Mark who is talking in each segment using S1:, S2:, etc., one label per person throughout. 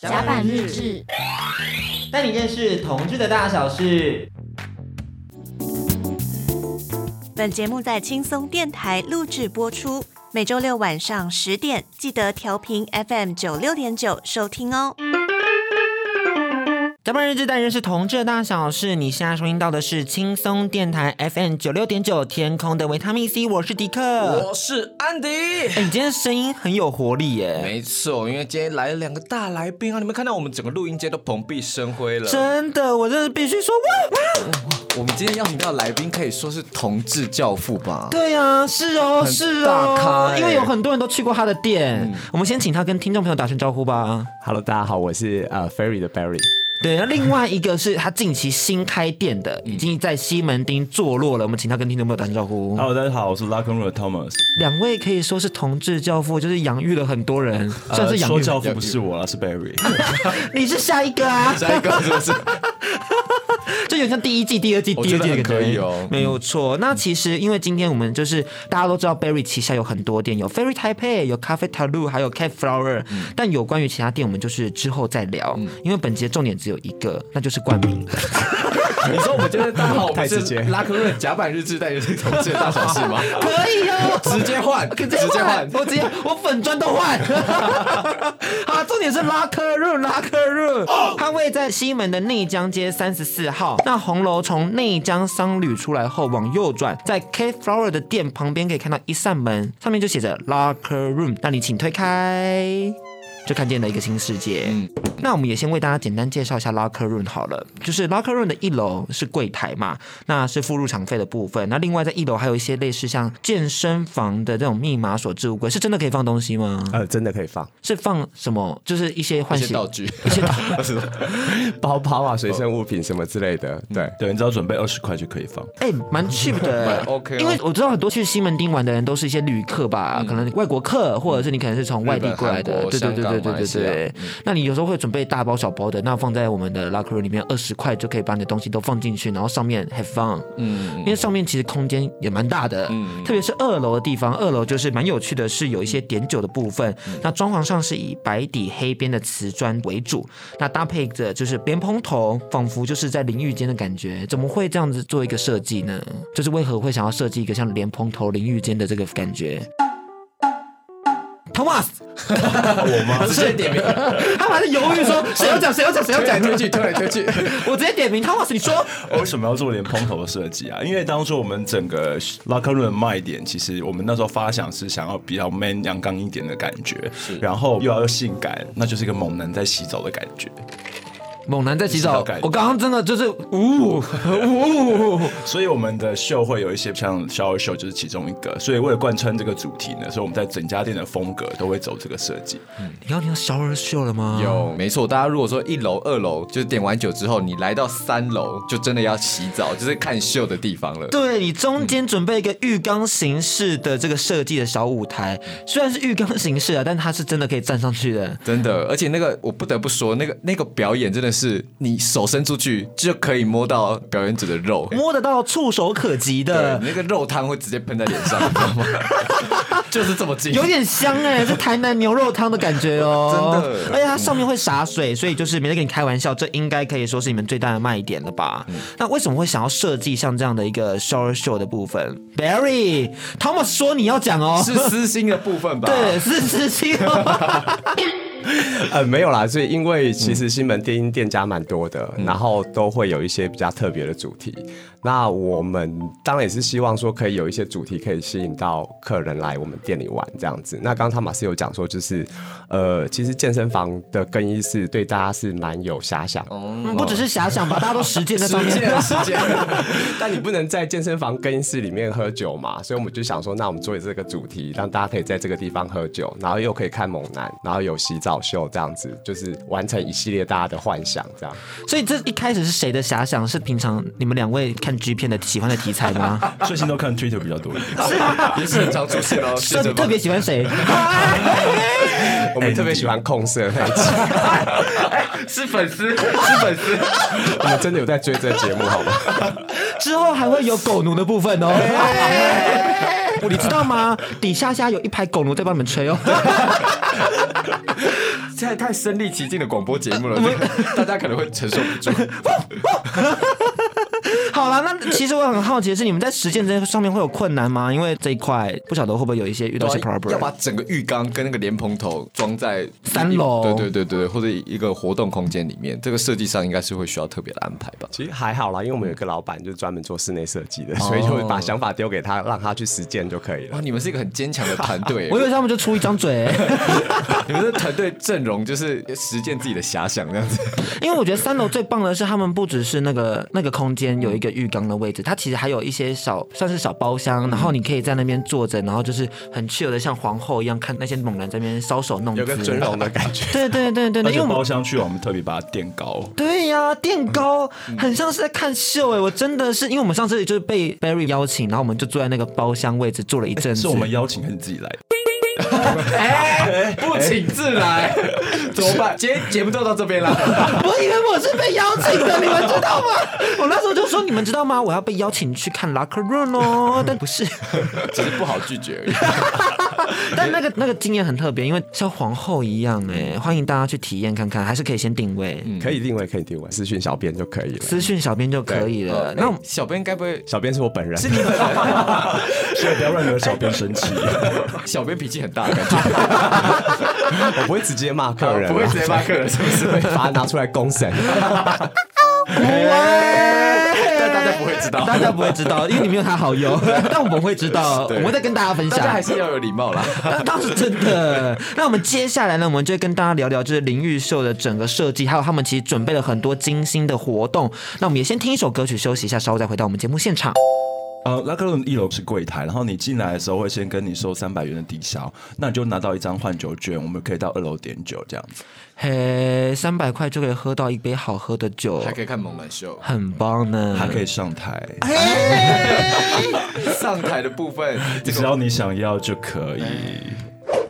S1: 甲板日志，
S2: 带你认识同志的大小事。
S3: 本节目在轻松电台录制播出，每周六晚上十点记得调频 FM 九六点九收听哦。
S2: 甲板日志带你认识同志的大小事。你现在收听到的是轻松电台 FM 九六点九天空的维他命 C，我是迪克。
S4: 我是安迪。
S2: 哎、你今天声音很有活力耶，
S4: 没错，因为今天来了两个大来宾啊！你们看到我们整个录音间都蓬荜生辉了。
S2: 真的，我真的必须说哇哇。
S4: 我们今天邀请到的来宾可以说是同志教父吧？
S2: 对啊，是哦，
S4: 很
S2: 是
S4: 大咖
S2: 哦，
S4: 欸
S2: 因为有很多人都去过他的店。我们先请他跟听众朋友打声招呼吧。
S5: Hello，大家好，我是呃 Ferry 的 Barry。
S2: 对，那另外一个是他近期新开店的，已经在西门町坐落了。我们请他跟听众朋友打声招呼。
S6: Hello，大家好，我是 Lock and Roll 的 Thomas。
S2: 两位可以说是同志教父，就是养育了很多 人，
S4: 呃
S2: 算是养
S6: 呃说
S2: 育。
S6: 教父不是我了，是 Barry。
S2: 你是下一个 啊，
S4: 下一个是不是？
S2: 就有点像第一季、第二季、
S4: 我
S2: 第
S4: 觉
S2: 二
S4: 得
S2: 季的
S4: 很可
S2: 感
S4: 以
S2: 觉
S4: 哦
S2: 没有错。那其实因为今天我们就是大家都知道 Berry 旗下有很多店，有 Ferry Taipei、有 Cafe Talu，还有 Cat Flower，、但
S4: 嗯
S2: 有关于其他店，我们就是之后再聊，因为本节重点只有一个，那就是冠 名。
S4: 你说我们今天大家好，我们
S5: 太直
S4: 是
S5: 接
S4: 拉克瑞的甲板日志带你认识同志的大小事吗？
S2: 可以哦。
S4: 直接换，直
S2: 直接
S4: 接
S2: 换
S4: 换，。
S2: 我直接我粉砖都 换。好，重点是拉科路，拉科路，它位在西门的内江街三十四号。那红楼从内江商旅出来后往右转，在 K Flower 的店旁边可以看到一扇门，上面就写着 Locker Room，那你请推开。就看见了一个新世界。
S4: 嗯
S2: 那我们也先为大家简单介绍一下 Locker Room 好了，就是 Locker Room 的一楼是柜台嘛，那是付入场费的部分。那另外在一楼还有一些类似像健身房的这种密码锁置物柜，是真的可以放东西吗？
S5: 呃，真的可 以放
S2: 是放什么？就是一些换
S4: 一
S2: 洗
S4: 些道具，
S5: 包包啊、随身物品什么之类的。对，
S6: 对，你只要准备二十块就可以放。
S2: 哎，蛮 cheap 的
S4: OK 嗯哦
S2: 因为我知道很多去西门町玩的人都是一些旅客吧，可能外国客，或者是你可能是从外地过来的
S4: 日，
S2: 对
S4: 本
S2: 对对
S4: 韩
S2: 对
S4: 国
S2: 对对
S4: 香港马来西
S2: 对。那你有时候会准备大包小包的，那放在我们的 locker room 里面，二十块就可以把你的东西都放进去，然后上面 have fun，
S4: 嗯
S2: 因为上面其实空间也蛮大的，
S4: 嗯
S2: 特别是二楼的地方，二楼就是蛮有趣的，是有一些点酒的部分。
S4: 嗯
S2: 那装潢上是以白底黑边的瓷砖为主，那搭配着就是莲蓬头，仿佛就是在淋浴间的感觉。怎么会这样子做一个设计呢？就是为何会想要设计一个像莲蓬头淋浴间的这个感觉？Thomas，
S4: 我 吗？直接 点名，
S2: 他还在犹豫说谁要讲谁要讲谁要
S4: 推 来
S2: 讲，
S4: 推去，推来推去。
S2: 我直接点名 Thomas，你说。
S6: 为什么要做连蓬头的设计啊？因为当初我们整个 Locker Room 的卖点，其实我们那时候发想是想要比较 man 阳刚一点的感觉，然后又要性感，那就是一个猛男在洗澡的感觉。
S2: 猛男在洗澡
S6: 洗澡感，
S2: 我刚刚真的就是呜呜呜，
S6: 所以我们的秀会有一些像 shower show 就是其中一个。所以为了贯穿这个主题呢，所以我们在整家店的风格都会走这个设计。
S2: 你要听到小耳秀了吗？
S4: 有，没错。大家如果说一楼、二楼，就是点完酒之后，你来到三楼，就真的要洗澡，就是看秀的地方了。
S2: 对你中间准备一个浴缸形式的这个设计的小舞台，虽然是浴缸形式啊，但它是真的可以站上去的。
S4: 真的，而且那个我不得不说，那个那个表演真的是你手伸出去就可以摸到表演者的肉，
S2: 摸得到触手可及
S4: 对
S2: 的，，
S4: 那个肉汤会直接喷在脸 上，你知道吗？就是这么近，
S2: 有点香哎、是台南牛肉汤的感觉哦。
S4: 真的
S2: 而且它上面会洒水，所以就是没在跟你开玩笑，这应该可以说是你们最大的卖点了吧？那为什么会想要设计像这样的一个 shower show 的部分？Barry，Thomas 说你要讲哦，
S4: 是私心的部分吧？
S2: 对，是是是哦。
S5: 呃，没有啦，所以因为其实西门町店家蛮多的，然后都会有一些比较特别的主题。那我们当然也是希望说，可以有一些主题可以吸引到客人来我们店里玩这样子。那刚刚汤马斯有讲说，就是呃，其实健身房的更衣室对大家是蛮有遐想的
S2: 嗯 不只是遐想吧，大家都实践在上面。
S4: 时间时间，
S5: 但你不能在健身房更衣室里面喝酒嘛，所以我们就想说，那我们做这个主题，让大家可以在这个地方喝酒，然后又可以看猛男，然后有洗澡秀这样子，就是完成一系列大家的幻想这样。
S2: 所以这一开始是谁的遐想？是平常你们两位看 G 片的喜欢的题材吗？
S6: 最近都看 Twitter 比较多一点。
S4: 也是很常出现哦，
S2: 是
S4: 是
S2: 特别喜欢谁？ 哎
S4: 哎
S5: 我们特别喜欢控色 那一集，
S4: 是粉丝，是粉丝，
S5: 我们真的有在追这个节目，好吗？
S2: 之后还会有狗奴的部分哦。
S4: 哎
S2: 哦你知道吗？底下下有一排狗奴在帮你们吹哦。
S4: 太太身临其境的广播节目了，大家可能会承受不 住。
S2: 好了，那其实我很好奇的是，你们在实践这上面会有困难吗？因为这一块不晓得会不会有一些遇到一些
S4: 对啊
S2: problem。
S4: 要把整个浴缸跟那个莲蓬头装在
S2: 三楼，
S4: 对对对对，或者一个活动空间里面，这个设计上应该是会需要特别的安排吧？
S5: 其实还好啦，因为我们有一个老板就是专门做室内设计
S4: 哦
S5: 的，所以就把想法丢给他，让他去实践就可以
S4: 哇，
S5: 了。
S4: 哦你们是一个很坚强的团队
S2: 我以为他们就出一张嘴、
S4: 你们的团队阵容就是实践自己的遐想这样子。
S2: 因为我觉得三楼最棒的是，他们不只是那个那个空间有一个浴缸的位置，它其实还有一些小像是小包厢，然后你可以在那边坐着，然后就是很 chill 的，像皇后一样看那些猛男在那边搔首弄姿，，
S5: 有个尊荣的感觉
S2: 对对对对
S6: 而
S2: 对，因
S6: 且
S2: 为我
S6: 包
S2: 们。
S6: 厢去完，我们特别把它垫高。
S2: 对呀、垫高
S6: 嗯
S2: 很像是在看秀哎、我真的是，因为我们上次就是被 Barry 邀请，然后我们就坐在那个包厢位置坐了一阵子。
S6: 是我们邀请还是自己来？
S4: 哎，不请自来， 怎么办？今天节目就到这边啦。
S2: 我以为我是被邀请的，你们知道吗？ 我那时候就说，你们知道吗？我要被邀请去看 Locker Room 哦，但不是。
S4: 只是不好拒绝而 已。
S2: 但那个那个经验很特别，因为像皇后一样哎、欢迎大家去体验看看，还是可以先定位，
S6: 嗯
S4: 嗯
S5: 可以定位，可以定位，私讯小编就可以了。
S2: 私讯小编就可以
S6: 哦
S2: 了。那我们
S4: 哎小编该不会
S5: 小编是我本人，
S4: 是你本人？
S6: 所以不要让你们小编生气。
S4: 小编脾气很大的感觉，
S5: 我不会直接骂客人 啊，
S4: 不会直接骂客人是不是？
S5: 会把它拿出来公审。
S4: 但哎大家不会知
S6: 哦
S4: 道，
S2: 大家不会知道，因为你没有他好 友，但我们会知道，我
S4: 对
S2: 们会再跟大家分
S4: 大家还
S2: 享。
S4: 是要有礼貌啦。
S2: 那倒是真的。那我们接下来呢，我们就会跟大家聊聊就是淋浴秀的整个设计，还有他们其实准备了很多精心的活动。那我们也先听一首歌曲休息一下，稍后再回到我们节目现场。
S6: 呃，拉克伦一楼是柜台，然后你进来的时候会先跟你收三百元的抵消，那你就拿到一张换酒券，我们可以到二楼点酒这样子。
S2: 嘿，三百块就可以喝到一杯好喝的酒
S4: 还，可以看猛男秀。
S2: 很棒呢。
S6: 还可以上台，
S4: 上台的部 分，这
S6: 只
S4: 个哎
S6: 要你想要就可以。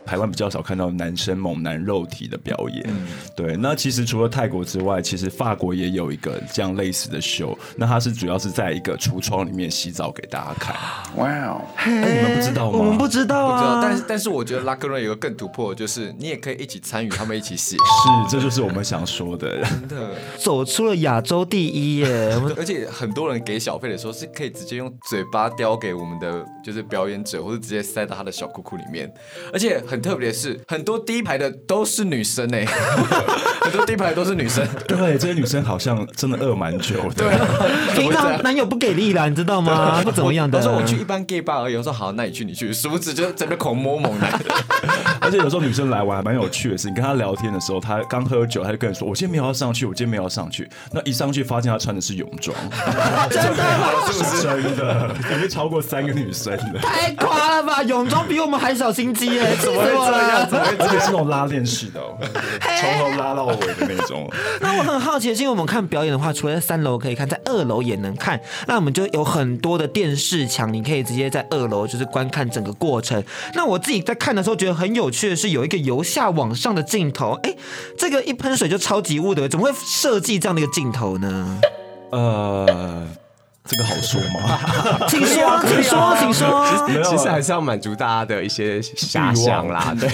S6: 台湾比较少看到男生猛男肉体的表演，
S4: 嗯
S6: 对。那其实除了泰国之外，其实法国也有一个这样类似的秀，那它是主要是在一个橱窗里面洗澡给大家看。哇、哦，你们不知道吗？
S2: 我们不知道
S4: 不知
S2: 啊
S4: 道，，但是但是我觉得拉克瑞有个更突破，就是你也可以一起参与，他们一起写。
S6: 是，这就是我们想说 的。
S4: 真的，
S2: 走出了亚洲第一耶！我们
S4: 而且很多人给小费的时候是可以直接用嘴巴叼给我们的就是表演者，或者直接塞到他的小裤裤里面。而且很特别的是，很多第一排的都是女生 哎、很多第一排都是女生。
S6: 对，这些女生好像真的饿蛮久的。
S4: 对啊，怎
S2: 平
S4: 么会这
S2: 常
S4: 样
S2: 男友不给力啦，你知道吗？ 不怎么样的。
S4: 他说我去一般 gay bar 而已，我说好，那你去你去，殊不知就整个口摸猛 男。
S6: 而且有时候女生来玩还蛮有趣的是，你跟她聊天的时候，她刚喝酒，她就跟你说：“我今天没有要上去，我今天没有要上去。” 那一上去发现她穿的是泳 装，
S2: 真的
S6: 是不是真的？里面超过三个女生 的，
S2: 太夸了吧！泳装比我们还小心机耶，气死我了！
S6: 而且是那种拉链式的、哦，从头拉到尾的那种。
S2: 那我很好奇，是因为我们看表演的话，除了在三楼可以看，在二楼也能看。那我们就有很多的电视墙，你可以直接在二楼就是观看整个过程。那我自己在看的时候觉得很有趣的是，有一个由下往上的镜头，哎，这个一喷水就超级污的，怎么会设计这样的一个镜头呢？
S6: 呃，这个好说 吗？
S2: 请说，请说，请说。
S6: 没有啊
S5: 其实还是要满足大家的一些遐想啦，对。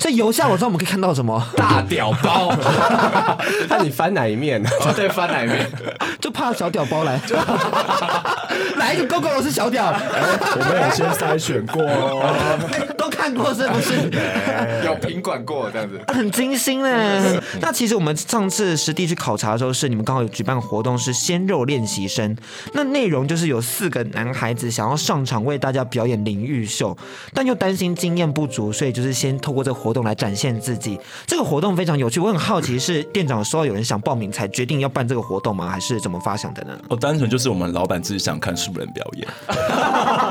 S2: 所以由下往上我们可以看到什么？啊
S4: 大屌包，
S5: 那你翻哪一面呢？
S4: 对，翻奶面，
S2: 就怕小屌包来， 来一个 GoGo 是小屌，
S5: 哎
S6: 我们有先筛选过、哦，
S2: 都看过是不是？哎
S4: 有品管过这样子。
S2: 很精心呢。那其实我们上次实地去考察的时候，是你们刚好有举办活动，是鲜肉练习生。那内容就是有四个男孩子想要上场为大家表演淋浴秀，但又担心经验不足，所以就是先透过这个活动来展现自己。这个活动非常有趣，我很好奇，是店长有收到有人想报名才决定要办这个活动吗？还是怎么发想的呢？
S6: 我哦单纯就是我们老板自己想看素人表演，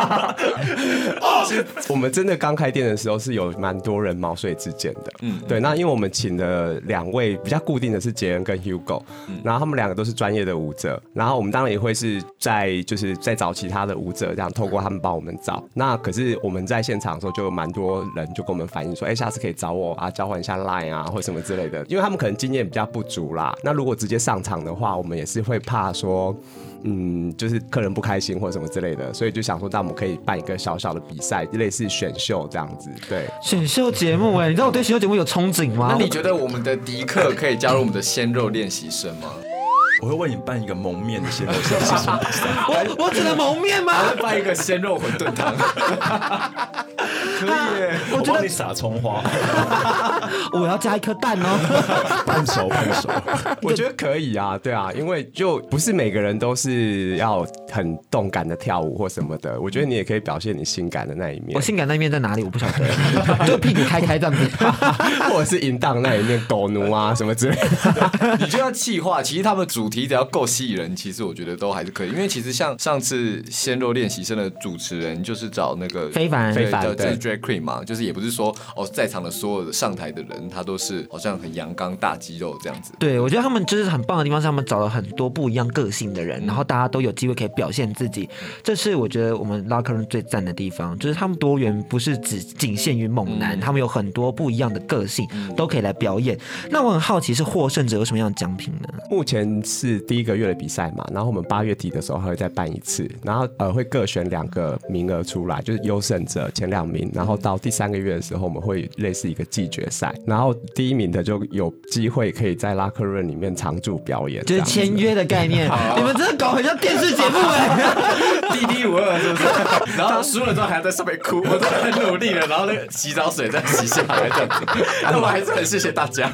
S5: 我们真的刚开店的时候是有蛮多人毛遂自荐的，嗯，对。那因为我们请的两位比较固定的是杰恩跟 Hugo，、然后他们两个都是专业的舞者，然后我们当然也会是在就是在找其他的舞者，这样透过他们帮我们找。那可是我们在现场的时候就有蛮多人就跟我们反映说，哎、下次可以找我啊，交换一下 Line 啊，或什么之类的，因为他们可能经验比较不足啦。那如果直接上场的话，我们也是会怕说。嗯，就是客人不开心或者什么之类的，所以就想说，那我们可以办一个小小的比赛，类似选秀这样子。 对，
S2: 选秀节目哎、你知道我对选秀节目有憧憬吗？
S4: 那你觉得我们的迪克可以加入我们的鲜肉练习生 吗？
S6: 我会为你办一个蒙面的鲜肉练习生，
S2: 我我只能蒙面吗？
S4: 还是办一个鲜肉馄饨汤？可以耶！
S6: 我帮你撒葱 花，
S2: 我要加一颗蛋哦。
S6: 半熟半熟。
S5: 我觉得可以啊，对啊，因为就不是每个人都是要很动感的跳舞或什么的，我觉得你也可以表现你性感的那一面
S2: 我，性感那一面在哪里？我不晓得， 就屁股开开这样子。
S5: 或者是淫荡那一面，狗奴啊什么之类的。
S4: 你就要气化，其实他们主题只要够吸引人，其实我觉得都还是可以。因为其实像上次鲜肉练习生的主持人就是找那个
S2: 非凡
S4: 对
S5: 非凡
S4: 叫就是
S5: 对
S4: drag queen 嘛，就是也不是说哦，在场的所有的上台的人，他都是好像很阳刚大肌肉这样 子。
S2: 对，我觉得他们就是很棒的地方，是他们找了很多不一样个性的人，然后大家都有机会可以表现自己，这是我觉得我们拉客人最赞的地方，就是他们多元不是只仅限于猛男，他们有很多不一样的个性都可以来表演。那我很好奇，是获胜者有什么样的奖品呢？
S5: 目前是第一个月的比赛嘛，然后我们八月底的时候还会再办一次，然后呃会各选两个名额出来，就是优胜者前两名，然后到第三个月的时候我们会类似一个季决赛，然后第一名的就有机会可以在拉克润里面常驻表演，
S2: 就是
S5: 这样
S2: 签约的概念， 你们真的搞很像电视节目哎、
S4: 滴滴五二是不是？ 然后输了之后还要在上面哭，我都很努力了，然后那个洗澡水再洗下来这样子。 那我还是很谢谢大家，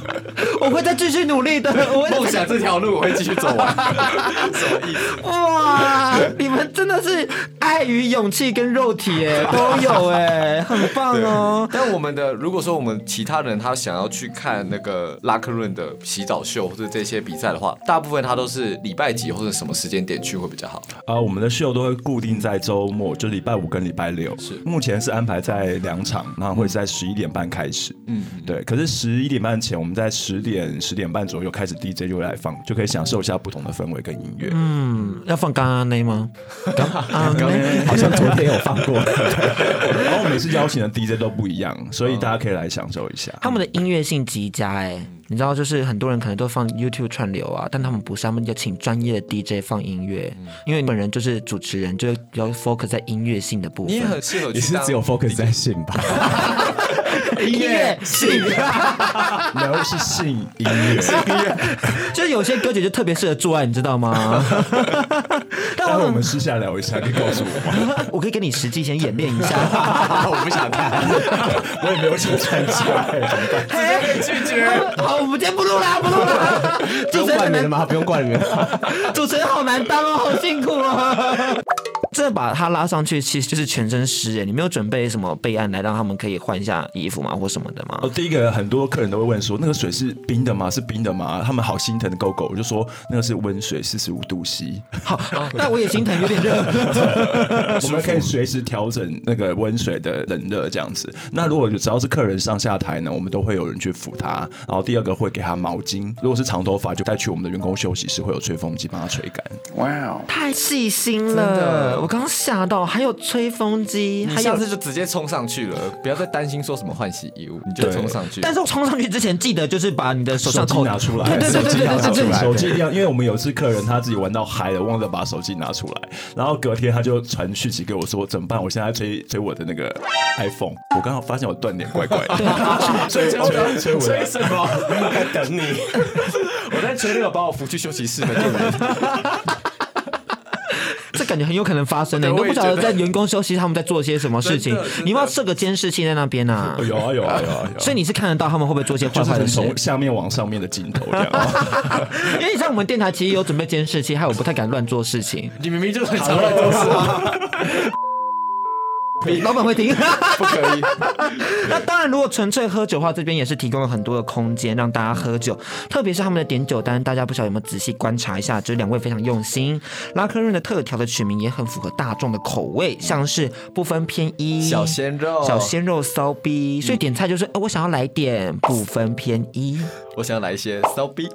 S2: 我会再继续努力的，我会再
S4: 梦想这条路我会继续走完。什么意思？
S2: 哇，你们真的是爱与勇气跟肉体哎 都有哎，很棒哦。
S4: 但我们的如果说我们其他人他想要去看那个拉克润的洗澡秀或者这些比赛的话，大部分他都是礼拜几或者什么时间点去会比较好。
S6: 啊，我们的秀都会固定在周末，就礼拜五跟礼拜六。
S4: 是
S6: 目前是安排在两场，然后会在十一点半开始。
S4: 嗯
S6: 嗯，对。可是十一点半前，我们在十点、十点半左右开始 DJ 就会来放，就可以享受一下不同的氛围跟音乐。
S2: 嗯，要放刚刚那吗？刚刚那
S5: 好像昨天有放过。
S6: 然后每次邀请的 DJ 都不一样，所以大家可以来享受一下。
S2: 他们的音乐性极佳哎，你知道，就是很多人可能都放 YouTube 串流啊，但他们不是，他们要请专业的 DJ 放音乐，因为本人就是主持人，就比较 focus 在音乐性的部
S4: 你也
S2: 分。
S4: 很适合
S5: 你
S4: 去
S5: 是
S4: 当
S5: 只有 focus 在性 吧？
S2: 音乐性，
S6: 然后是性音 乐，
S2: 就是有些歌曲就特别适合做爱，你知道吗？但
S6: 待会
S2: 我
S6: 我
S2: 很
S6: 们私下聊一下，你告诉我吗？
S2: 我可以跟你实际先演练一下。
S4: 我不想看，
S6: 我也没有想参加。
S4: 拒绝。
S2: 好，我们今天不录啦，不录啦。
S5: 不
S2: 主
S5: 用
S2: 持人
S5: 冠
S2: 很
S5: 冕了
S2: 难，
S5: 吗？不用冠冕。
S2: 主持人好难当哦，好辛苦哦。这把他拉上去，其实就是全身湿耶。你没有准备什么备案来让他们可以换一下衣服吗，或什么的吗
S6: 哦，？第一个很多客人都会问说，那个水是冰的吗？是冰的吗？他们好心疼狗狗，我就说那个是温水，四十五度 C，
S2: 好，那我也心疼，有点热。
S6: 我们可以随时调整那个温水的冷热这样子。那如果只要是客人上下台呢，我们都会有人去扶他。然后第二个会给他毛巾，如果是长头发就带去我们的员工休息室，会有吹风机帮他吹干。
S2: 太细心
S4: 的
S2: 了，我刚刚吓到。还有吹风机，
S4: 你
S2: 还有
S4: 下。次就直接冲上去了，不要再担心说什么换洗衣物，你就冲上去。
S2: 但是我冲上去之前，记得就是把你的手
S6: 手
S2: 上
S6: 机
S2: 扣
S6: 拿出来，
S2: 对对对
S6: 手机
S2: 对
S6: 拿
S2: 对
S6: 出
S2: 对
S6: 来，
S2: 对
S6: 手机一定要，因为我们有一次客人他自己玩到嗨了，忘了把手机拿出来，然后隔天他就传讯息给我说怎么办？我现在吹吹我的那个 iPhone，我刚好发现我断点怪怪的， 吹吹吹吹我的
S4: 什么？
S6: 在等你，
S4: 我在吹那个把我扶去休息室的店员。
S2: 这感觉很有可能发生的，
S4: 对
S2: 你都不晓
S4: 我也
S2: 得
S4: 觉得
S2: 在员工休息他们在做些什么事情
S4: 真的真的，哎
S2: 你要不要设个监视器在那边 啊。
S6: 有啊有啊有啊有啊，
S2: 所以你是看得到他们会不会做一些坏
S6: 就是
S2: 坏的
S6: 很
S2: 事，
S6: 从 下面往上面的镜头这样。
S2: 因为像我们电台其实有准备监视器，害我不太敢乱做事情。
S4: 你明明就很常来公司啊，
S2: 老板会 听。
S4: 不可
S2: 嗯
S4: 以。
S2: 那当然，如果纯粹喝酒的话，这边也是提供了很多的空间让大家喝酒，特别是他们的点酒单，大家不晓得有没有仔细观察一下，就是两位非常用心。拉克润的特调的取名也很符合大众的口味，像是不分偏一、
S4: 小鲜肉
S2: 小鲜肉骚逼，所以点菜就是，呃我想要来点不分偏一。
S4: 我想要来一些骚逼。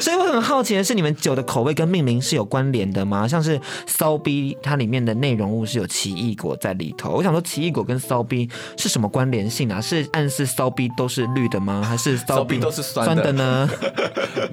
S2: 所以我很好奇的是，你们酒的口味跟命名是有关联的吗？像是骚逼，它里面的内容物是有歧义果在里头。我想说，奇异果跟骚逼是什么关联性啊？是暗示骚逼都是绿的吗？还是骚
S4: 骚逼
S2: 逼
S4: 都是酸
S2: 酸
S4: 的
S2: 的 呢？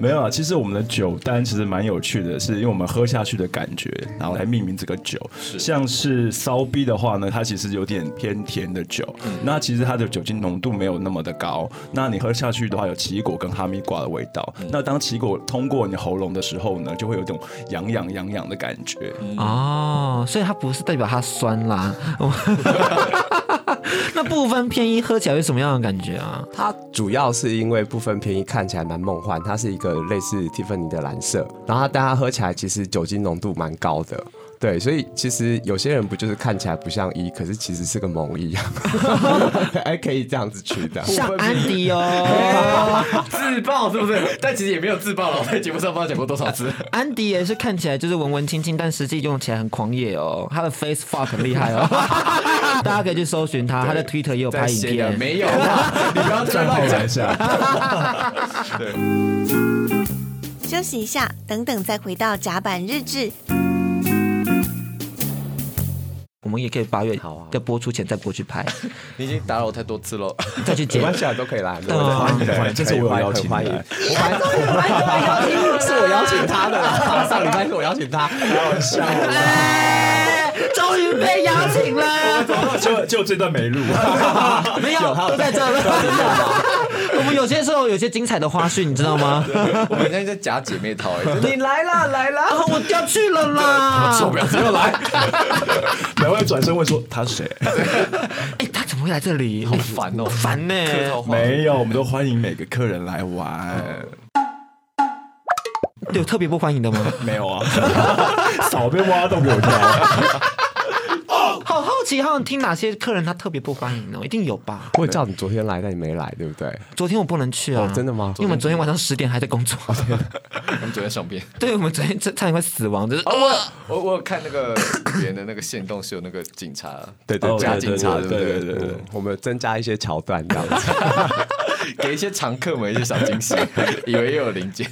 S6: 没有啊，其实我们的酒单其实蛮有趣的，是因为我们喝下去的感觉，然后来命名这个酒。像是骚逼的话呢，它其实有点偏甜的酒，那其实它的酒精浓度没有那么的高。那你喝下去的话，有奇异果跟哈密瓜的味道。那当奇异果通过你喉咙的时候呢，就会有一种痒痒痒痒的感觉。
S2: 哦，所以它不是代表它酸啦。 那部分偏一喝起来有什么样的感觉啊？
S5: 它主要是因为部分便宜看起来蛮梦幻，它是一个类似蒂芬尼的蓝色，然后它但它喝起来其实酒精浓度蛮高的。对，所以其实有些人不就是看起来不像一，可是其实是个萌一 样，还可以这样子取的。
S2: 像安迪哦，
S4: 自爆是不是？但其实也没有自爆了，我在节目上帮他讲过多少次。
S2: 安迪也是看起来就是文文青青，但实际用起来很狂野哦。他的 face fuck 很厉害哦，大家可以去搜寻他，他在 Twitter 也有 拍
S4: 在
S2: 影
S4: 闲聊
S2: 片。
S4: 没有啊？ 你不要再乱讲。
S6: 下。
S3: 休息一下，等等再回到甲板日志。
S2: 我们也可以八月
S5: 好啊
S2: 在播出前再播去拍，
S4: 你已经打扰我太多次了。
S2: 再去
S5: 没
S2: 剪。
S5: 关系啊，都可以来，没
S2: 啊
S5: 问题
S6: 欢迎欢迎这次我有邀请你
S5: 欢迎，
S6: 来
S5: 我本来是我邀请他的啦，上礼拜是我邀请他，
S6: 啊
S2: 哎，终于被邀请了，
S6: 就就这段没 录，
S2: 没有，都在这了。我们有些时候有些精彩的花絮，你知道吗？
S4: 我们现在在假姐妹淘哎，真的
S2: 你来啦，来啦，我掉去了啦！
S4: 受不了，又来。
S6: 然后转身问说他是谁？
S2: 哎，他怎么会来这里？好
S4: 烦哦
S2: 烦呢。
S4: 客套话
S6: 没有，我们都欢迎每个客人来玩。
S2: 有特别不欢迎的吗？
S6: 没有啊， 少被挖洞给我跳。
S2: 好好奇，好想听哪些客人他特别不欢迎呢？一定有吧？
S5: 我也叫你昨天来，但你没来，对不对？
S2: 昨天我不能去啊，
S5: 哦真的吗
S2: 因为我们昨天晚上十点还在工作，
S4: 我们昨天上片，
S2: 对，我们昨天差差点快死亡，就是
S4: 哦，我我我有看那个 语言的那个线动是有那个警察，
S5: 对对
S6: 哦
S5: 对
S4: 假警察，
S6: 对
S4: 不
S6: 对
S4: 对？
S6: 对对对
S5: 我们增加一些桥段这样子。
S4: 给一些常客们一些小惊喜，以为又有零件。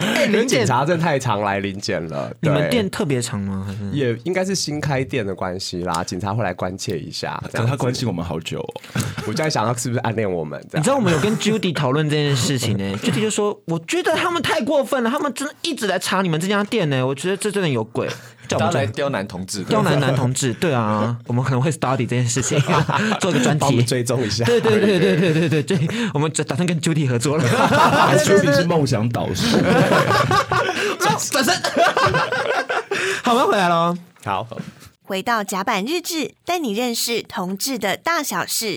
S2: 哎，
S5: 因为
S2: 林
S5: 警
S2: 姐，
S5: 察真的太常来临检了，
S2: 你们
S5: 对
S2: 店特别长吗？还是
S5: 也应该是新开店的关系啦，警察会来关切一下。这
S6: 但
S5: 样
S6: 他关心我们好久、哦，
S5: 我就在想，他是不是暗恋我们？这
S2: 你
S5: 样
S2: 知道我们有跟 Judy 讨论这件事情呢、j u d y 就说：“我觉得他们太过分了，他们真的一直来查你们这家店呢、我觉得这真的有鬼。”叫我
S4: 他
S2: 们
S4: 来
S2: 就
S4: 刁难同志的，
S2: 刁难男同志，对啊，我们可能会 study 这件事情，做一个专
S5: 帮我
S2: 题
S5: 们。追踪一下。
S2: 对对对对对对对对，我们打算跟 Judy 合作了。
S6: 还说你是梦想导师，
S2: 转身。好，我们回来喽。
S5: 好，
S3: 回到甲板日志，带你认识同志的大小事。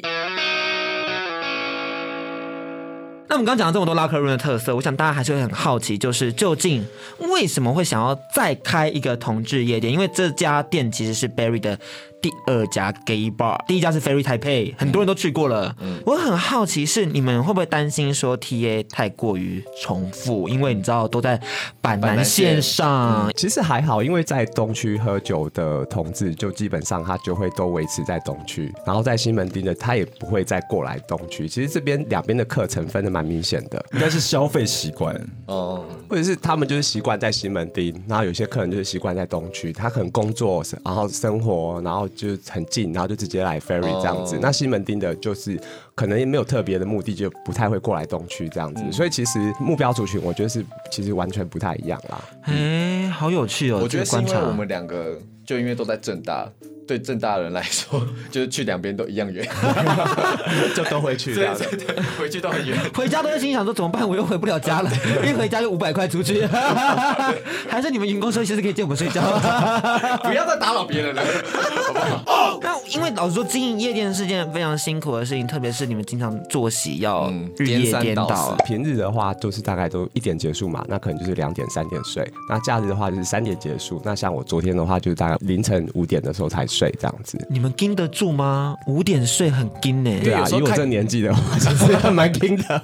S2: 那我们刚刚讲了这么多拉克润的特色，我想大家还是会很好奇，就是究竟为什么会想要再开一个同志夜店？因为这家店其实是 Barry 的第二家 gay bar，第一家是 Ferry Taipei，很多人都去过了。
S4: 嗯
S2: 我很好奇是你们会不会担心说 TA 太过于重复？因为你知道都在板
S4: 板
S2: 南
S4: 南线
S2: 线上，
S5: 其实还好，因为在东区喝酒的同志，就基本上他就会都维持在东区，然后在西门町的他也不会再过来东区。其实这边两边的课程分的蛮明显的，
S6: 应该是消费习惯。
S4: 哦，
S5: 或者是他们就是习惯在西门町，然后有些客人就是习惯在东区，他可能工作，然后生活，然后就是很近，然后就直接来 ferry 这样子。
S4: 哦
S5: 那西门町的就是可能也没有特别的目的，就不太会过来东区这样子。所以其实目标族群，我觉得是其实完全不太一样啦。
S2: 哎，好有趣哦！
S4: 我觉得
S2: 这
S4: 是
S2: 个
S4: 因
S2: 观
S4: 为
S2: 察
S4: 我们两个就因为都在正大，对正大人来说， 就是去两边都一样远，
S5: 就都会去这
S4: 对
S5: 样子。
S4: 对对，回去都很远。
S2: 回家都会心想说怎么办？我又回不了家了，一回家就五百块出去， 还是你们员工休息室可以借我们睡觉？
S4: 不要再打扰别人了，好不好？
S2: 那因为老实说，经营夜店是件非常辛苦的事情，特别是你们经常作息要
S4: 嗯
S2: 日夜
S4: 颠三
S2: 颠
S4: 倒
S2: 倒。
S5: 平日的话，就是大概都一点结束嘛，那可能就是两点、三点睡。那假日的话就是三点结束。那像我昨天的话，就是大概凌晨五点的时候才睡这样子。
S2: 你们盯得住吗？五点睡很盯呢、
S5: 对啊
S4: 有，时
S5: 以
S4: 候
S5: 我
S4: 看
S5: 这年纪的话，其实还蛮拼的。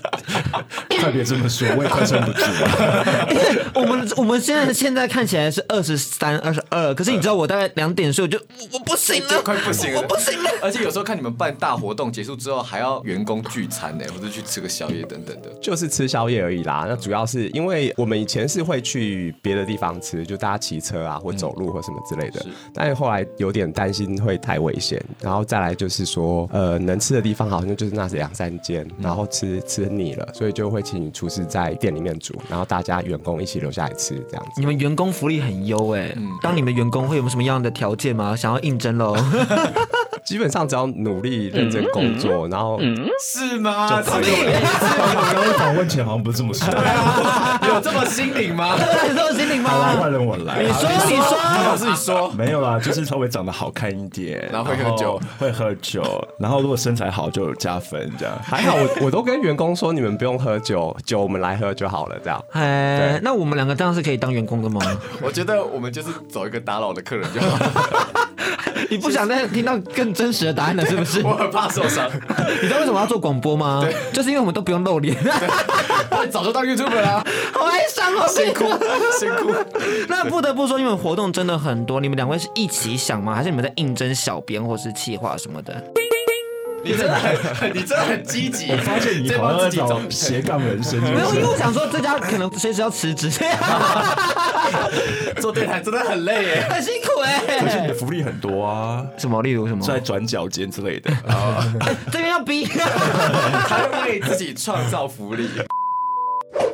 S6: 快别这么说，我 也快撑不住了。
S2: 我们我们现在现在看起来是二十三、二十二，可是你知道我大概两点睡，我就我我不行了，
S4: 就快不行了
S2: 我不行了。
S4: 而且有时候看你们办大活动结束之后，还要员工聚餐呢，或者去吃个宵夜等等的。
S5: 就是吃宵夜而已啦。那主要是因为我们以前是会去别的地方吃，就大家骑车啊，或走路或什么之类的。但是后来有点担心会太危险。然后再来就是说，呃，能吃的地方好像就是那两三间，然后吃吃腻了，所以就会请厨师在店里面煮，然后大家员工一起留下来吃这样子。
S2: 你们员工福利很优哎、当你们员工会有什么样的条件吗？想要应征喽？
S5: 基本上只要努力认真工作，然后
S4: 是吗？这
S6: 刚刚访问前好像不是这么说，
S2: 啊
S4: 有有这么心 灵吗？
S2: 这种心灵
S6: 好啦
S2: 吗？
S6: 换人我来
S2: 你。说，你说，
S4: 自己说，
S6: 没有啦，就是稍微长得好看一点，
S4: 然后会喝酒，
S6: 会喝酒，然后如果身材好就有加分这样。
S5: 还好我我都跟员工说，你们不用喝酒，酒我们来喝就好了，这样。
S2: 哎，那我们两个这样是可以当员工的吗？
S4: 我觉得我们就是走一个打扰的客人就好了，
S2: 你不想再听到更真实的答案了，是不是？
S4: 我很怕受伤，
S2: 你知道为什么要做广播吗？就是因为我们都不用露脸，
S4: 我早就当 YouTube 啦，
S2: 好哀伤哦，辛苦。
S4: 辛苦。
S2: 那不得不说，你们活动真的很多，你们两位是一起想吗？还是你们在应征小编或是企划什么的？
S4: 你真的很，你真的很积极。我
S6: 发现你
S4: 这
S6: 好
S4: 帮
S6: 像在
S4: 自己找
S6: 找斜杠人生，
S2: 没
S6: 没
S2: 有，因为我想说这家可能随时要辞职，
S4: 做电台真的很累耶。
S2: 很辛苦
S6: 而且你
S2: 哎、
S6: 的福利很多啊，
S2: 什么？例如什么？
S6: 在转角间之类的。
S2: 这边要逼。
S4: 他为自己创造福利，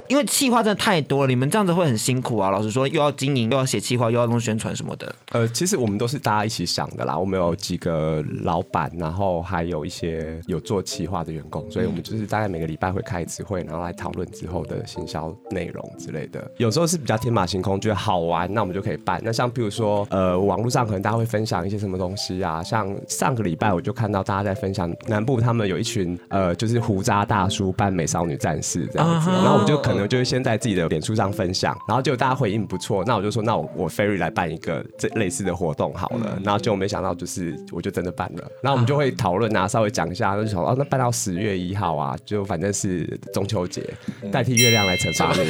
S2: 因为企划真的太多了，你们这样子会很辛苦啊！老实说，又要经营，又要写企划，又要弄宣传什么的。
S5: 呃，其实我们都是大家一起想的啦。我们有几个老板，然后还有一些有做企划的员工，所以我们就是大概每个礼拜会开一次会，然后来讨论之后的行销内容之类的。有时候是比较天马行空，觉得好玩，那我们就可以办。那像比如说，呃，网络上可能大家会分享一些什么东西啊，像上个礼拜我就看到大家在分享南部他们有一群呃，就是胡渣大叔扮美少女战士这样子，
S2: 啊哈
S5: 然后我就
S6: 嗯
S5: 可能。我就先在自己的脸书上分享，然后结果大家回应不错，那我就说那我我 Ferry 来办一个这类似的活动好了，
S6: 嗯
S5: 然后结果没想到就是我就真的办了，然后我们就会讨论啊，稍微讲一下，那就想哦那办到十月一号啊，就反正是中秋节，
S6: 嗯
S5: 代替月亮来惩罚你，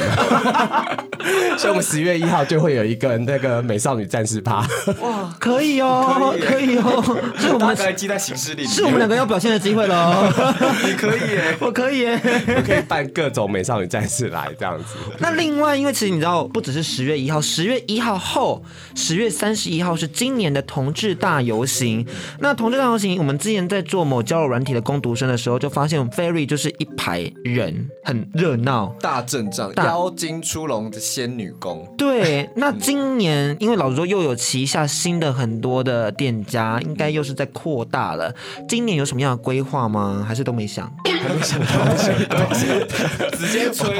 S5: 所以我们十月一号就会有一个那个美少女战士趴，
S2: 哇，可以哦，可以哦，是我
S4: 大
S2: 们
S4: 概记在行事历里面。
S2: 是我们两个要表现的机会喽。
S4: 你 可以耶，
S2: 我可以耶。
S5: 我可以办各种美少女战士来这样子。
S2: 那另外，因为其实你知道，不只是十月一号，十月一号后，十月三十一号是今年的同志大游行。那同志大游行，我们之前在做某交友软体的攻读生的时候，就发现 Ferry 就是一排人，很热 闹。
S4: 大阵仗，
S2: 大
S4: 妖精出笼的仙女宫，
S2: 对，那今年因为老实说又有旗下新的很多的店家，应该又是在扩大了。今年有什么样的规划吗？还是都没 想？
S4: 直接吹，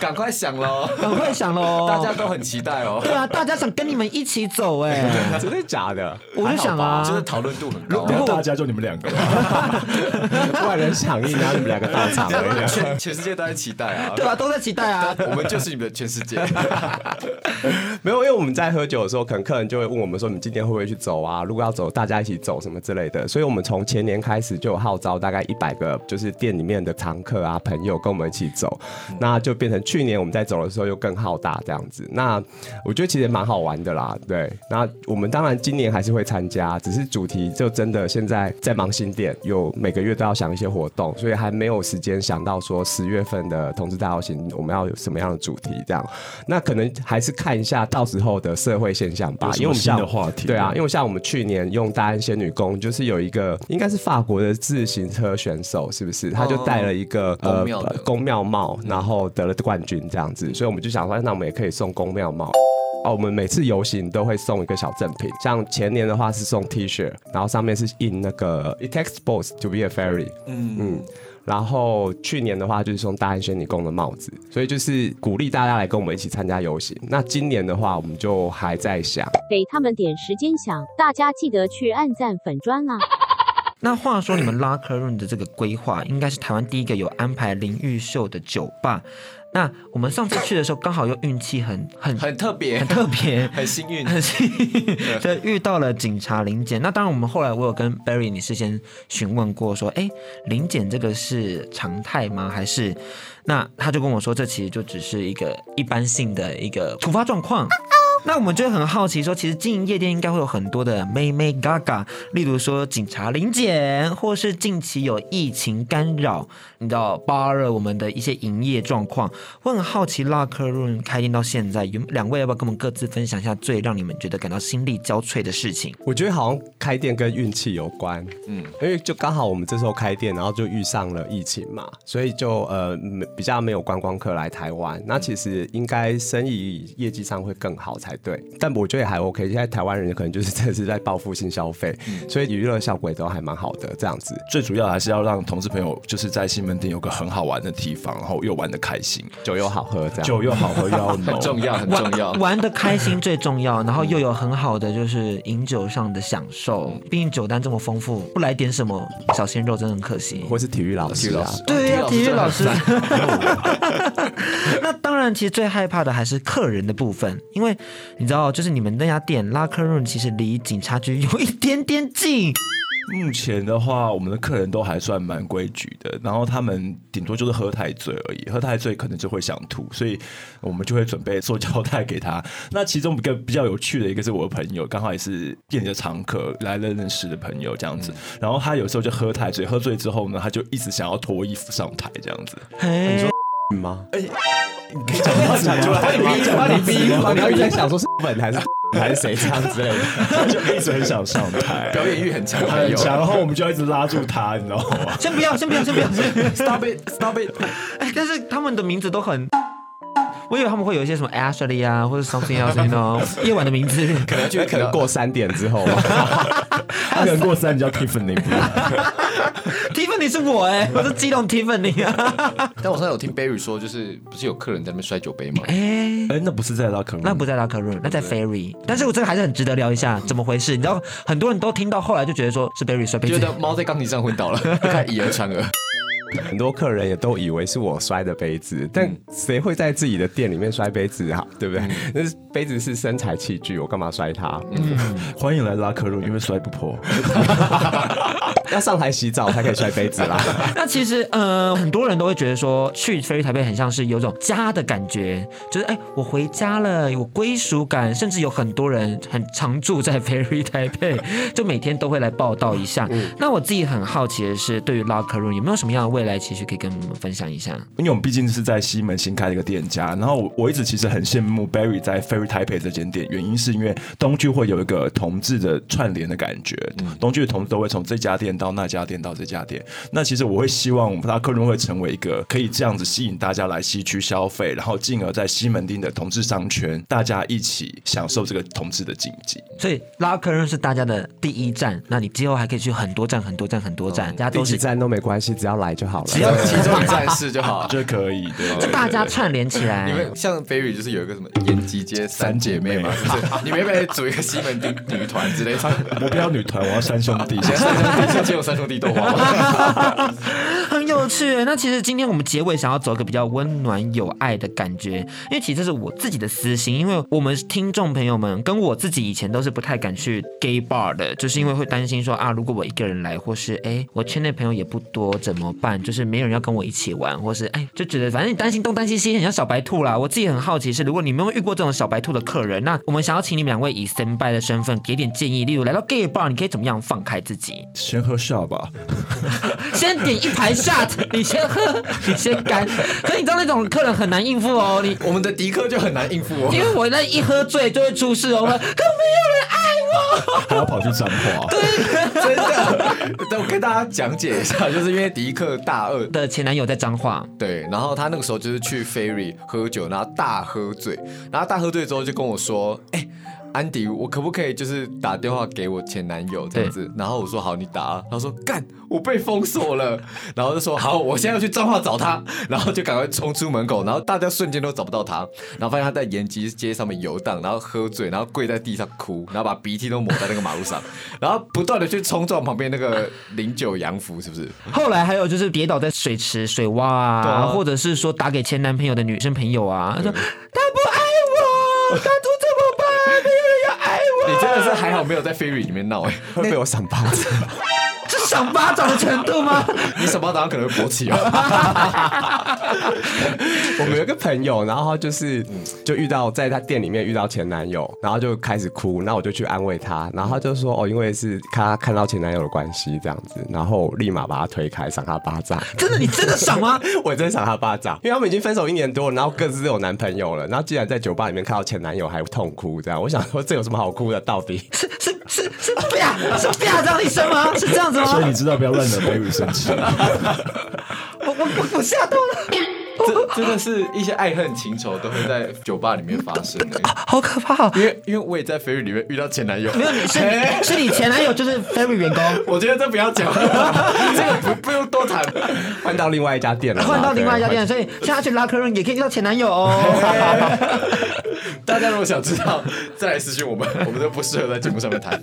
S4: 赶快想喽！
S2: 赶快想喽！
S4: 大家都很期待哦
S2: 对，啊，大家想跟你们一起走哎、
S5: 真的假的？
S2: 我就想啊，
S4: 就是讨论度很高。
S6: 然后大家就你们两个吧，
S5: 万人响应，然后你们两个到 场了。
S4: 全全世界都在期待啊！
S2: 对吧、都在期待 啊。
S4: 我们就是你们的全世界。
S5: 没有，因为我们在喝酒的时候，可能客人就会问我们说：“你们今天会不会去走啊？如果要走，大家一起走什么之类的。”所以，我们从前年开始就有号召大概一百个，就是店里面的常客啊、朋友跟我们一起走，那就变成去年我们在走的时候又更浩大这样子。那我觉得其实蛮好玩的啦，对。那我们当然今年还是会参加，只是主题就真的现在在忙新店，有每个月都要想一些活动，所以还没有时间想到说十月份的同志大游行我们要有什么样的主题这样。那可能还是看一下到时候的社会现象吧
S6: 有，什么
S5: 因为我们像
S6: 新的话题
S5: 对啊，因为像我们去年用大安仙女宫，就是有一个应该是法国的自行车选手，是不是？他
S6: 哦
S5: 就戴了一个、
S4: 宫庙的
S5: 呃
S4: 嗯
S5: 宫庙帽，然后得了冠军这样子，所以我们就想说，那我们也可以送宫庙帽。哦，我们每次游行都会送一个小赠品，像前年的话是送 T 恤，然后上面是印那个 It takes boats to be a fairy，嗯嗯，然后去年的话就是送大安轩尼宫的帽子，所以就是鼓励大家来跟我们一起参加游行。那今年的话，我们就还在想，
S1: 给他们点时间想，大家记得去按赞粉砖啊。
S2: 那话说，你们拉克润的这个规划，应该是台湾第一个有安排淋浴秀的酒吧。那我们上次去的时候，刚好又运气很很
S4: 很特别
S2: 很，特别，
S4: 很幸运。
S2: 很幸运，对，遇到了警察临检。那当然，我们后来我有跟 Barry 你事先询问过，说，哎，临检这个是常态吗？还是？那他就跟我说，这其实就只是一个一般性的一个突发状况。那我们就会很好奇说，其实经营夜店应该会有很多的妹妹嘎嘎，例如说警察临检，或是近期有疫情干扰，你知道 bar 我们的一些营业状况。我很好奇 Locker Room 开店到现在，有两位要不要跟我们各自分享一下最让你们觉得感到心力交瘁的事情？
S5: 我觉得好像开店跟运气有关，嗯，因为就刚好我们这时候开店，然后就遇上了疫情嘛，所以就呃没比较没有观光客来台湾。那其实应该生意业绩上会更好才对，但我觉得也还 OK。现在台湾人可能就是真的是在报复性消费，所以娱乐效果也都还蛮好的这样子。
S6: 最主要还是要让同事朋友就是在西门町有个很好玩的地方，然后又玩的开心，
S5: 酒又好喝，这样
S6: 酒又好喝又要
S4: 很啊 重
S6: 浓。
S4: 要，很重要。
S2: 玩的开心最重要，然后又有很好的就是饮酒上的享受。
S4: 嗯
S2: 毕竟酒单这么丰富，不来点什么小鲜肉真的很可惜。
S5: 或是体育老师啊，
S2: 对呀、
S4: 哦
S2: 体育老
S4: 真
S2: 师
S4: 的 很。
S2: 那当然，其实最害怕的还是客人的部分，因为你知道，就是你们那家店拉客 room 其实离警察局有一点点近。
S6: 目前的话，我们的客人都还算蛮规矩的，然后他们顶多就是喝太醉而已，喝太醉可能就会想吐，所以我们就会准备塑胶袋给他。那其中一个比较有趣的一个是我的朋友，刚好也是店里的常客，来了认识的朋友这样子。
S4: 嗯
S6: 然后他有时候就喝太醉，喝醉之后呢，他就一直想要脱衣服上台这样 子。
S2: 哎，
S5: 嗯吗？
S6: 讲出来
S5: 你把你逼，然后一直在想说是本 还是还是谁这样之类的。
S6: 就一直很想上台，
S4: 表演欲很强的朋
S6: 很
S4: 友，
S6: 强，然后我们就要一直拉住他，你知道 吗？
S2: 先不要，先不要，先不要。先不要
S4: Stop it, stop it！
S2: 哎，但是他们的名字都很。我以为他们会有一些什么 Ashley 啊，或者 something else，你知道 吗？夜晚的名字，
S4: 可能就
S5: 那 可能过三点之后吧，
S6: 他可能过三，你叫 Tiffany，不是
S2: Tiffany 是我哎、我是激动 Tiffany 啊。
S4: 但我上次有听 Barry 说，就是不是有客人在那边摔酒杯吗？
S2: 哎，
S6: 哎，那不是在拉克，
S2: 那不在拉克润，那在 Ferry。但是我这个还是很值得聊一下，怎么回事？你知道，很多人都听到后来就觉得说是 Barry 摔杯
S4: 觉
S2: 子
S4: 得。猫在钢琴上昏倒了， 看以讹传讹。
S5: 很多客人也都以为是我摔的杯子，但谁会在自己的店里面摔杯子啊？对不对？那是杯子是身材器具，我干嘛摔它？
S6: 欢迎来拉克路，因为摔不破。
S5: 要上台洗澡才可以摔杯子啦。
S2: 那其实，呃，很多人都会觉得说，去 Ferry 台北很像是有种家的感觉，就是哎，我回家了，有归属感，甚至有很多人很常住在 Ferry 台北，就每天都会来报道一下。
S5: 嗯
S2: 那我自己很好奇的是，对于 Locker Room 有没有什么样的未来期许可以跟我们分享一下？
S6: 因为我们毕竟是在西门新开了一个店家，然后我我一直其实很羡慕 Barry 在 Ferry Taipei 这间店，原因是因为东区会有一个同志的串联的感觉，东区的同志都会从这家店到那家店到这家店。那其实我会希望拉克伦会成为一个可以这样子吸引大家来西区消费，然后进而在西门町的同志商圈，大家一起享受这个同志的禁忌。
S2: 所以 Locker Room 是大家的第一站，那你之后还可以去很多站、很多站、很多站，大家
S5: 哦第
S2: 都
S5: 几
S2: 是
S5: 站都没关系，只要来就好了。
S2: 只 要
S4: 其中一站是就好。
S6: 这可以，对对对
S2: 大家串联起来
S4: 你。们像 Barry 就是有一个什么延吉街三姐妹嘛， 就是你们要不要组一个西门町女团之类 的？
S6: 我不要女团，我要三兄弟。
S4: 以 前三兄弟是只有三兄弟斗花吗？
S2: 很有趣欸耶。那其实今天我们结尾想要走一个比较温暖有爱的感觉，因为其实这是我自己的私心，因为我们听众朋友们跟我自己以前都是不太敢去 gay bar 的，就是因为会担心说啊，如果我一个人来，或是哎、我圈内朋友也不多怎么办？就是没有人要跟我一起玩，或是哎、就觉得反正你担心东担心西，很像小白兔啦。我自己很好奇是，如果你们有没有遇过这种小白兔的客人，那我们想要请你们两位以 stand by 的身份给点建议，例如来到 gay bar 你可以怎么样放开自己？
S6: 先喝笑吧，
S2: 先点一排 shot，你 先喝，你先干。可你知道那种客人很难应付哦，你
S4: 我们的迪克就很难应付哦
S2: 因。为我那一喝醉就会出事哦，我 说可没有人爱我。
S6: 还要跑去彰化。
S4: 真 的，但我跟大家讲解一下，就是因为迪克大二。
S2: 的前男友在彰化，
S4: 对，然后他那个时候就是去 Ferry 喝酒，然后大喝醉，然后大喝醉之后就跟我说：“哎、安迪，我可不可以就是打电话给我前男友这样子？”然后我说：“好，你打啊。”他说：“干，我被封锁了。”然后就说：“好，我现在要去彰化找他。”然后就赶快冲出门口，然后大家瞬间都找不到他，然后发现他在延吉街上面游荡，然后喝醉，然后跪在地上哭，然后把鼻涕都抹在那个马路上，然后不断的去冲撞旁边那个零九洋服，是不是？
S2: 后来还有就是跌倒在水池、水洼
S4: 对
S2: 啊，
S4: 啊
S2: 或者是说打给前男朋友的女生朋友啊，他说他不爱我，当初怎么办？没有人要爱我。
S4: 你真的是还好没有在 Ferry 里面闹哎、
S5: 会被我赏巴掌。
S2: 这赏巴掌的程度吗？
S4: 你手巴掌可能会勃起哦。
S5: 我们有一个朋友，然后他就是
S2: 嗯
S5: 就遇到在他店里面遇到前男友，然后就开始哭，那我就去安慰他，然后他就说哦，因为是他看到前男友的关系这样子，然后立马把他推开，赏他巴 掌。
S2: 真的，你真的赏吗？
S5: 我真赏他巴掌，因为他们已经分手一年多了，然后各自都有男朋友了，然后竟然在酒吧里面看到前男友还痛哭，这样我想说这有什么好哭的？到底
S2: 是是是是啪是啪这样的一声吗？是这样子吗？
S6: 所以你知道不要乱惹 baby 生气。
S2: 我我我我吓到了，
S4: 这真的是一些爱恨情仇都会在酒吧里面发生的、
S2: 好可怕、哦！
S4: 因为因为我也在飞鱼里面遇到前男友，
S2: 没有你 是你是你前男友就是 Ferry 员工，
S4: 我觉得 这不要讲，这个不不用多谈。
S5: 换到另外一家店了嘛，
S2: 换到另外一家
S5: 对
S2: 店，所以现在去拉客人也可以遇到前男友哦。
S4: 大家如果想知道，再来私信我们， 我们都不适合在节目上面谈。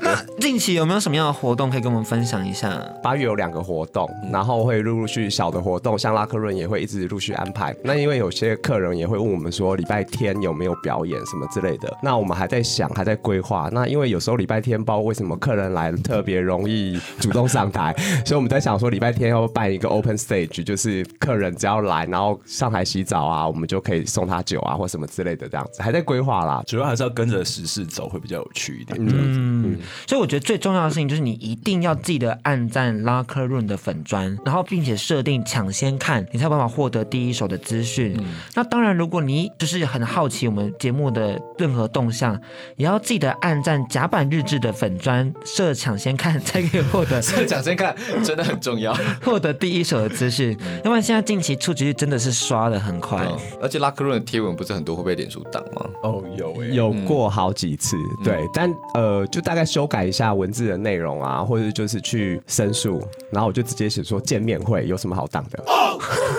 S2: 近期有没有什么样的活动可以跟我们分享一下？
S5: 八月有两个活动，然后会陆陆续续小的活动，像拉克润也会一直陆续安排。那因为有些客人也会问我们说礼拜天有没有表演什么之类的，那我们还在想，还在规划。那因为有时候礼拜天不知道为什么客人来特别容易主动上台，所以我们在想说礼拜天要不要办一个 open stage，就是客人只要来，然后上台洗澡啊，我们就可以送他酒啊或什么之类的这样子，还在规划啦。
S6: 主要还是要跟着时事走，会比较有趣一点。
S2: 嗯，所以我觉得最重要的事情就是你一定要记得按赞拉克润的粉砖，然后并且设定抢先看，你才有办法获得第一手的资讯。那当然，如果你就是很好奇我们节目的任何动向，也要记得按赞甲板日志的粉砖设抢先看，才可以获得
S4: 这讲真看真的很重要。
S2: 获得第一手的资讯。要不然现在近期触及率真的是刷的很快。
S4: 哦而且拉克润的贴文不是很多会被脸书挡吗？
S6: 哦，有诶、
S5: 有
S4: 嗯
S5: 过好几次，对，但呃，就大概修改一下文字的内容啊，或者就是去申诉，然后我就直接写说见面会有什么好当的。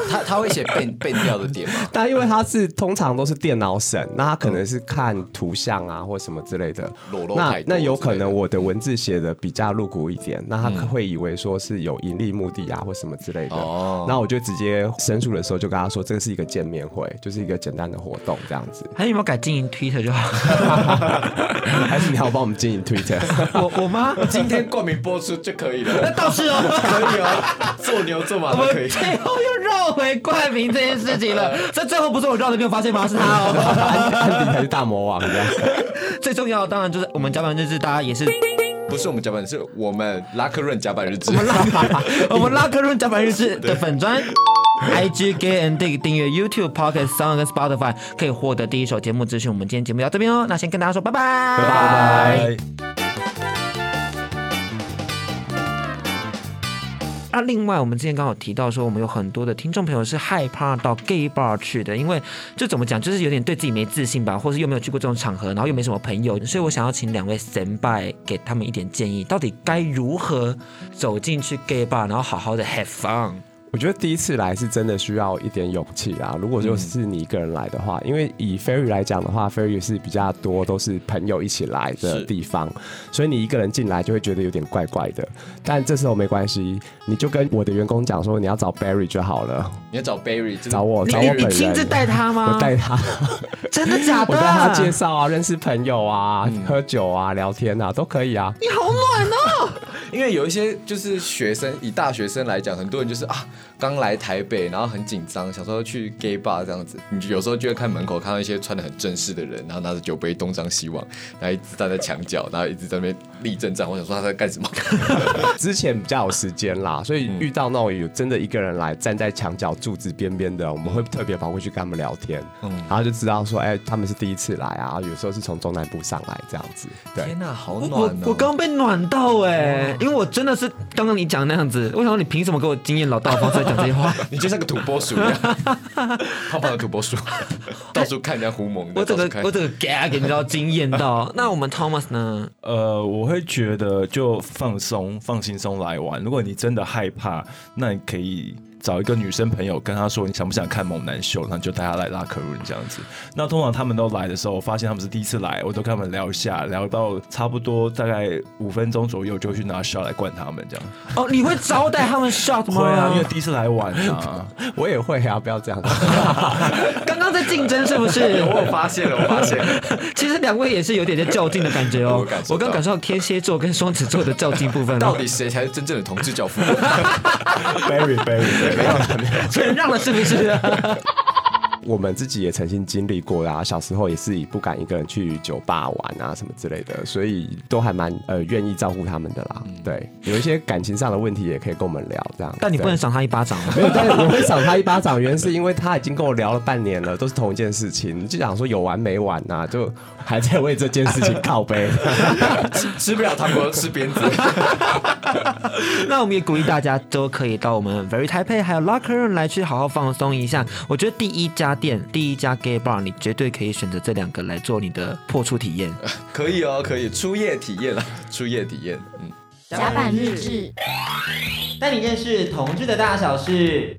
S4: 他他会写变变掉的点吗？
S5: 但因为它是通常都是电脑审，那它可能是看图像啊或什么之类的，
S4: 嗯裸露
S5: 那
S4: 太多
S5: 那有可
S4: 之类的
S5: 能我的文字写的比较露骨一点，那他会以为说是有盈利目的啊或什么之类的。
S4: 哦
S5: 那我就直接申诉的时候就跟他说，这是一个见面会，就是一个简单的活动这样子。
S2: 还有没有改经营 Twitter 就好？
S5: 还是你要帮我们经营 Twitter？
S2: 我我吗？
S4: 今天冠名播出就可以
S2: 那
S4: 了，
S2: 倒是哦。
S4: 可以啊， 做牛做马
S2: 我
S4: 都可
S2: 们
S4: 以。
S2: 最后又绕回冠名这件事情了。 这最后不是我绕的，你有发现吗？是他 哦。
S5: 安迪才是大魔王这样。
S2: 最重要的当然就是我们甲板日志，大家也 是
S4: 不是我们甲板，是我们拉克润甲板日志。
S2: 我们拉克润甲板日志的粉 砖。IG Gay and Dig 订阅 YouTube Pocket Sound 跟 Spotify 可以获得第一手节目资讯。我们今天节目到这边哦，那先跟大家说拜拜，拜拜。
S6: 拜。
S2: 那啊另外，我们之前刚好提到说，我们有很多的听众朋友是害怕到 gay bar 去的，因为这怎么讲，就是有点对自己没自信吧，或是又没有去过这种场合，然后又没什么朋友，所以我想要请两位神拜给他们一点建议，到底该如何走进去 gay bar，然后好好的 have fun。
S5: 我觉得第一次来是真的需要一点勇气啦。如果就是你一个人来的话，
S2: 嗯
S5: 因为以 ferry 来讲的话，ferry 是比较多都是朋友一起来的地方，所以你一个人进来就会觉得有点怪怪的。但这时候没关系，你就跟我的员工讲说你要找 Barry 就好了，
S4: 你要找 Barry，就是
S5: 找我，
S2: 你
S5: 找
S2: 你
S5: 我本
S2: 你亲自
S5: 人。
S2: 带他吗？
S5: 我带他，
S2: 真的假的？
S5: 我带他介绍啊，认识朋友啊，
S2: 嗯
S5: 喝酒啊，聊天啊，都可以啊。
S2: 你好暖哦！
S4: 因为有一些就是学生，以大学生来讲，很多人就是啊，刚来台北，然后很紧张，想说去 gay bar 这样子，你就有时候就会看门口看到一些穿的很正式的人，然后拿着酒杯东张西望，然后一直站在墙角，然后一直在那边立正站。我想说他在干什么？
S5: 之前比较有时间
S2: 嗯
S5: 啦，所以遇到那种有真的一个人来站在墙角柱子边边的，我们会特别跑过去跟他们聊天，
S2: 嗯
S5: 然后就知道说，哎、他们是第一次来啊，有时候是从中南部上来这样子，
S2: 嗯
S5: 对
S4: 天。哪、好
S2: 我
S4: 暖
S2: 我
S4: 哦！
S2: 我刚被暖到哎、因为我真的是刚刚你讲的那样子，为什么你凭什么给我经验老道的方式来讲这些 话？
S4: 你就像个土拨鼠一样，胖胖的土拨鼠，到处看人家胡蒙的，
S2: 我整
S4: 到
S2: 个
S4: 处看
S2: 我整个 gag 你知道惊艳到。那我们 Thomas 呢？
S6: 呃，我会觉得就放松、放轻松来玩。如果你真的害怕，那你可以找一个女生朋友跟她说你想不想看猛男秀，然后就带她来拉克润这样子。那通常他们都来的时候，我发现他们是第一次来，我都跟他们聊一下，聊到差不多大概五分钟左右，就会去拿 shot 来灌他们这样。
S2: 哦，你会招待他们 shot 吗？
S6: 会啊，因为第一次来玩啊，
S5: 我也会啊，不要这样。
S2: 刚刚在竞争是不是？
S4: 我有发现了，我发现了，
S2: 其实两位也是有点在较劲的感觉哦
S4: 我感受。到
S2: 我刚感受到天蝎座跟双子座的较劲部分哦，
S4: 到底谁才是真正的同志教父？
S6: ，very very very。
S4: 啊
S2: 承让了是不 是？
S5: 我们自己也曾经经历过啦、啊小时候也是不敢一个人去酒吧玩啊什么之类的，所以都还蛮呃愿意照顾他们的啦。对，有一些感情上的问题也可以跟我们聊这样。
S2: 嗯但你不能
S5: 对。
S2: 赏他一巴掌哦。
S5: 没有，但是我会赏他一巴掌，原因是因为他已经跟我聊了半年了，都是同一件事情，就想说有完没完呐、啊就还在为这件事情靠背。
S4: 吃不了糖果吃鞭子。
S2: 那我们也鼓励大家都可以到我们 Very Taipei 还有 Locker Room 来去好好放松一下。我觉得第一家店、第一家 Gay Bar，你绝对可以选择这两个来做你的破处体验。
S4: 可以哦，可以初夜体验了，初夜体验，嗯，
S1: 甲板日志。
S2: 带你认识同志的大小事。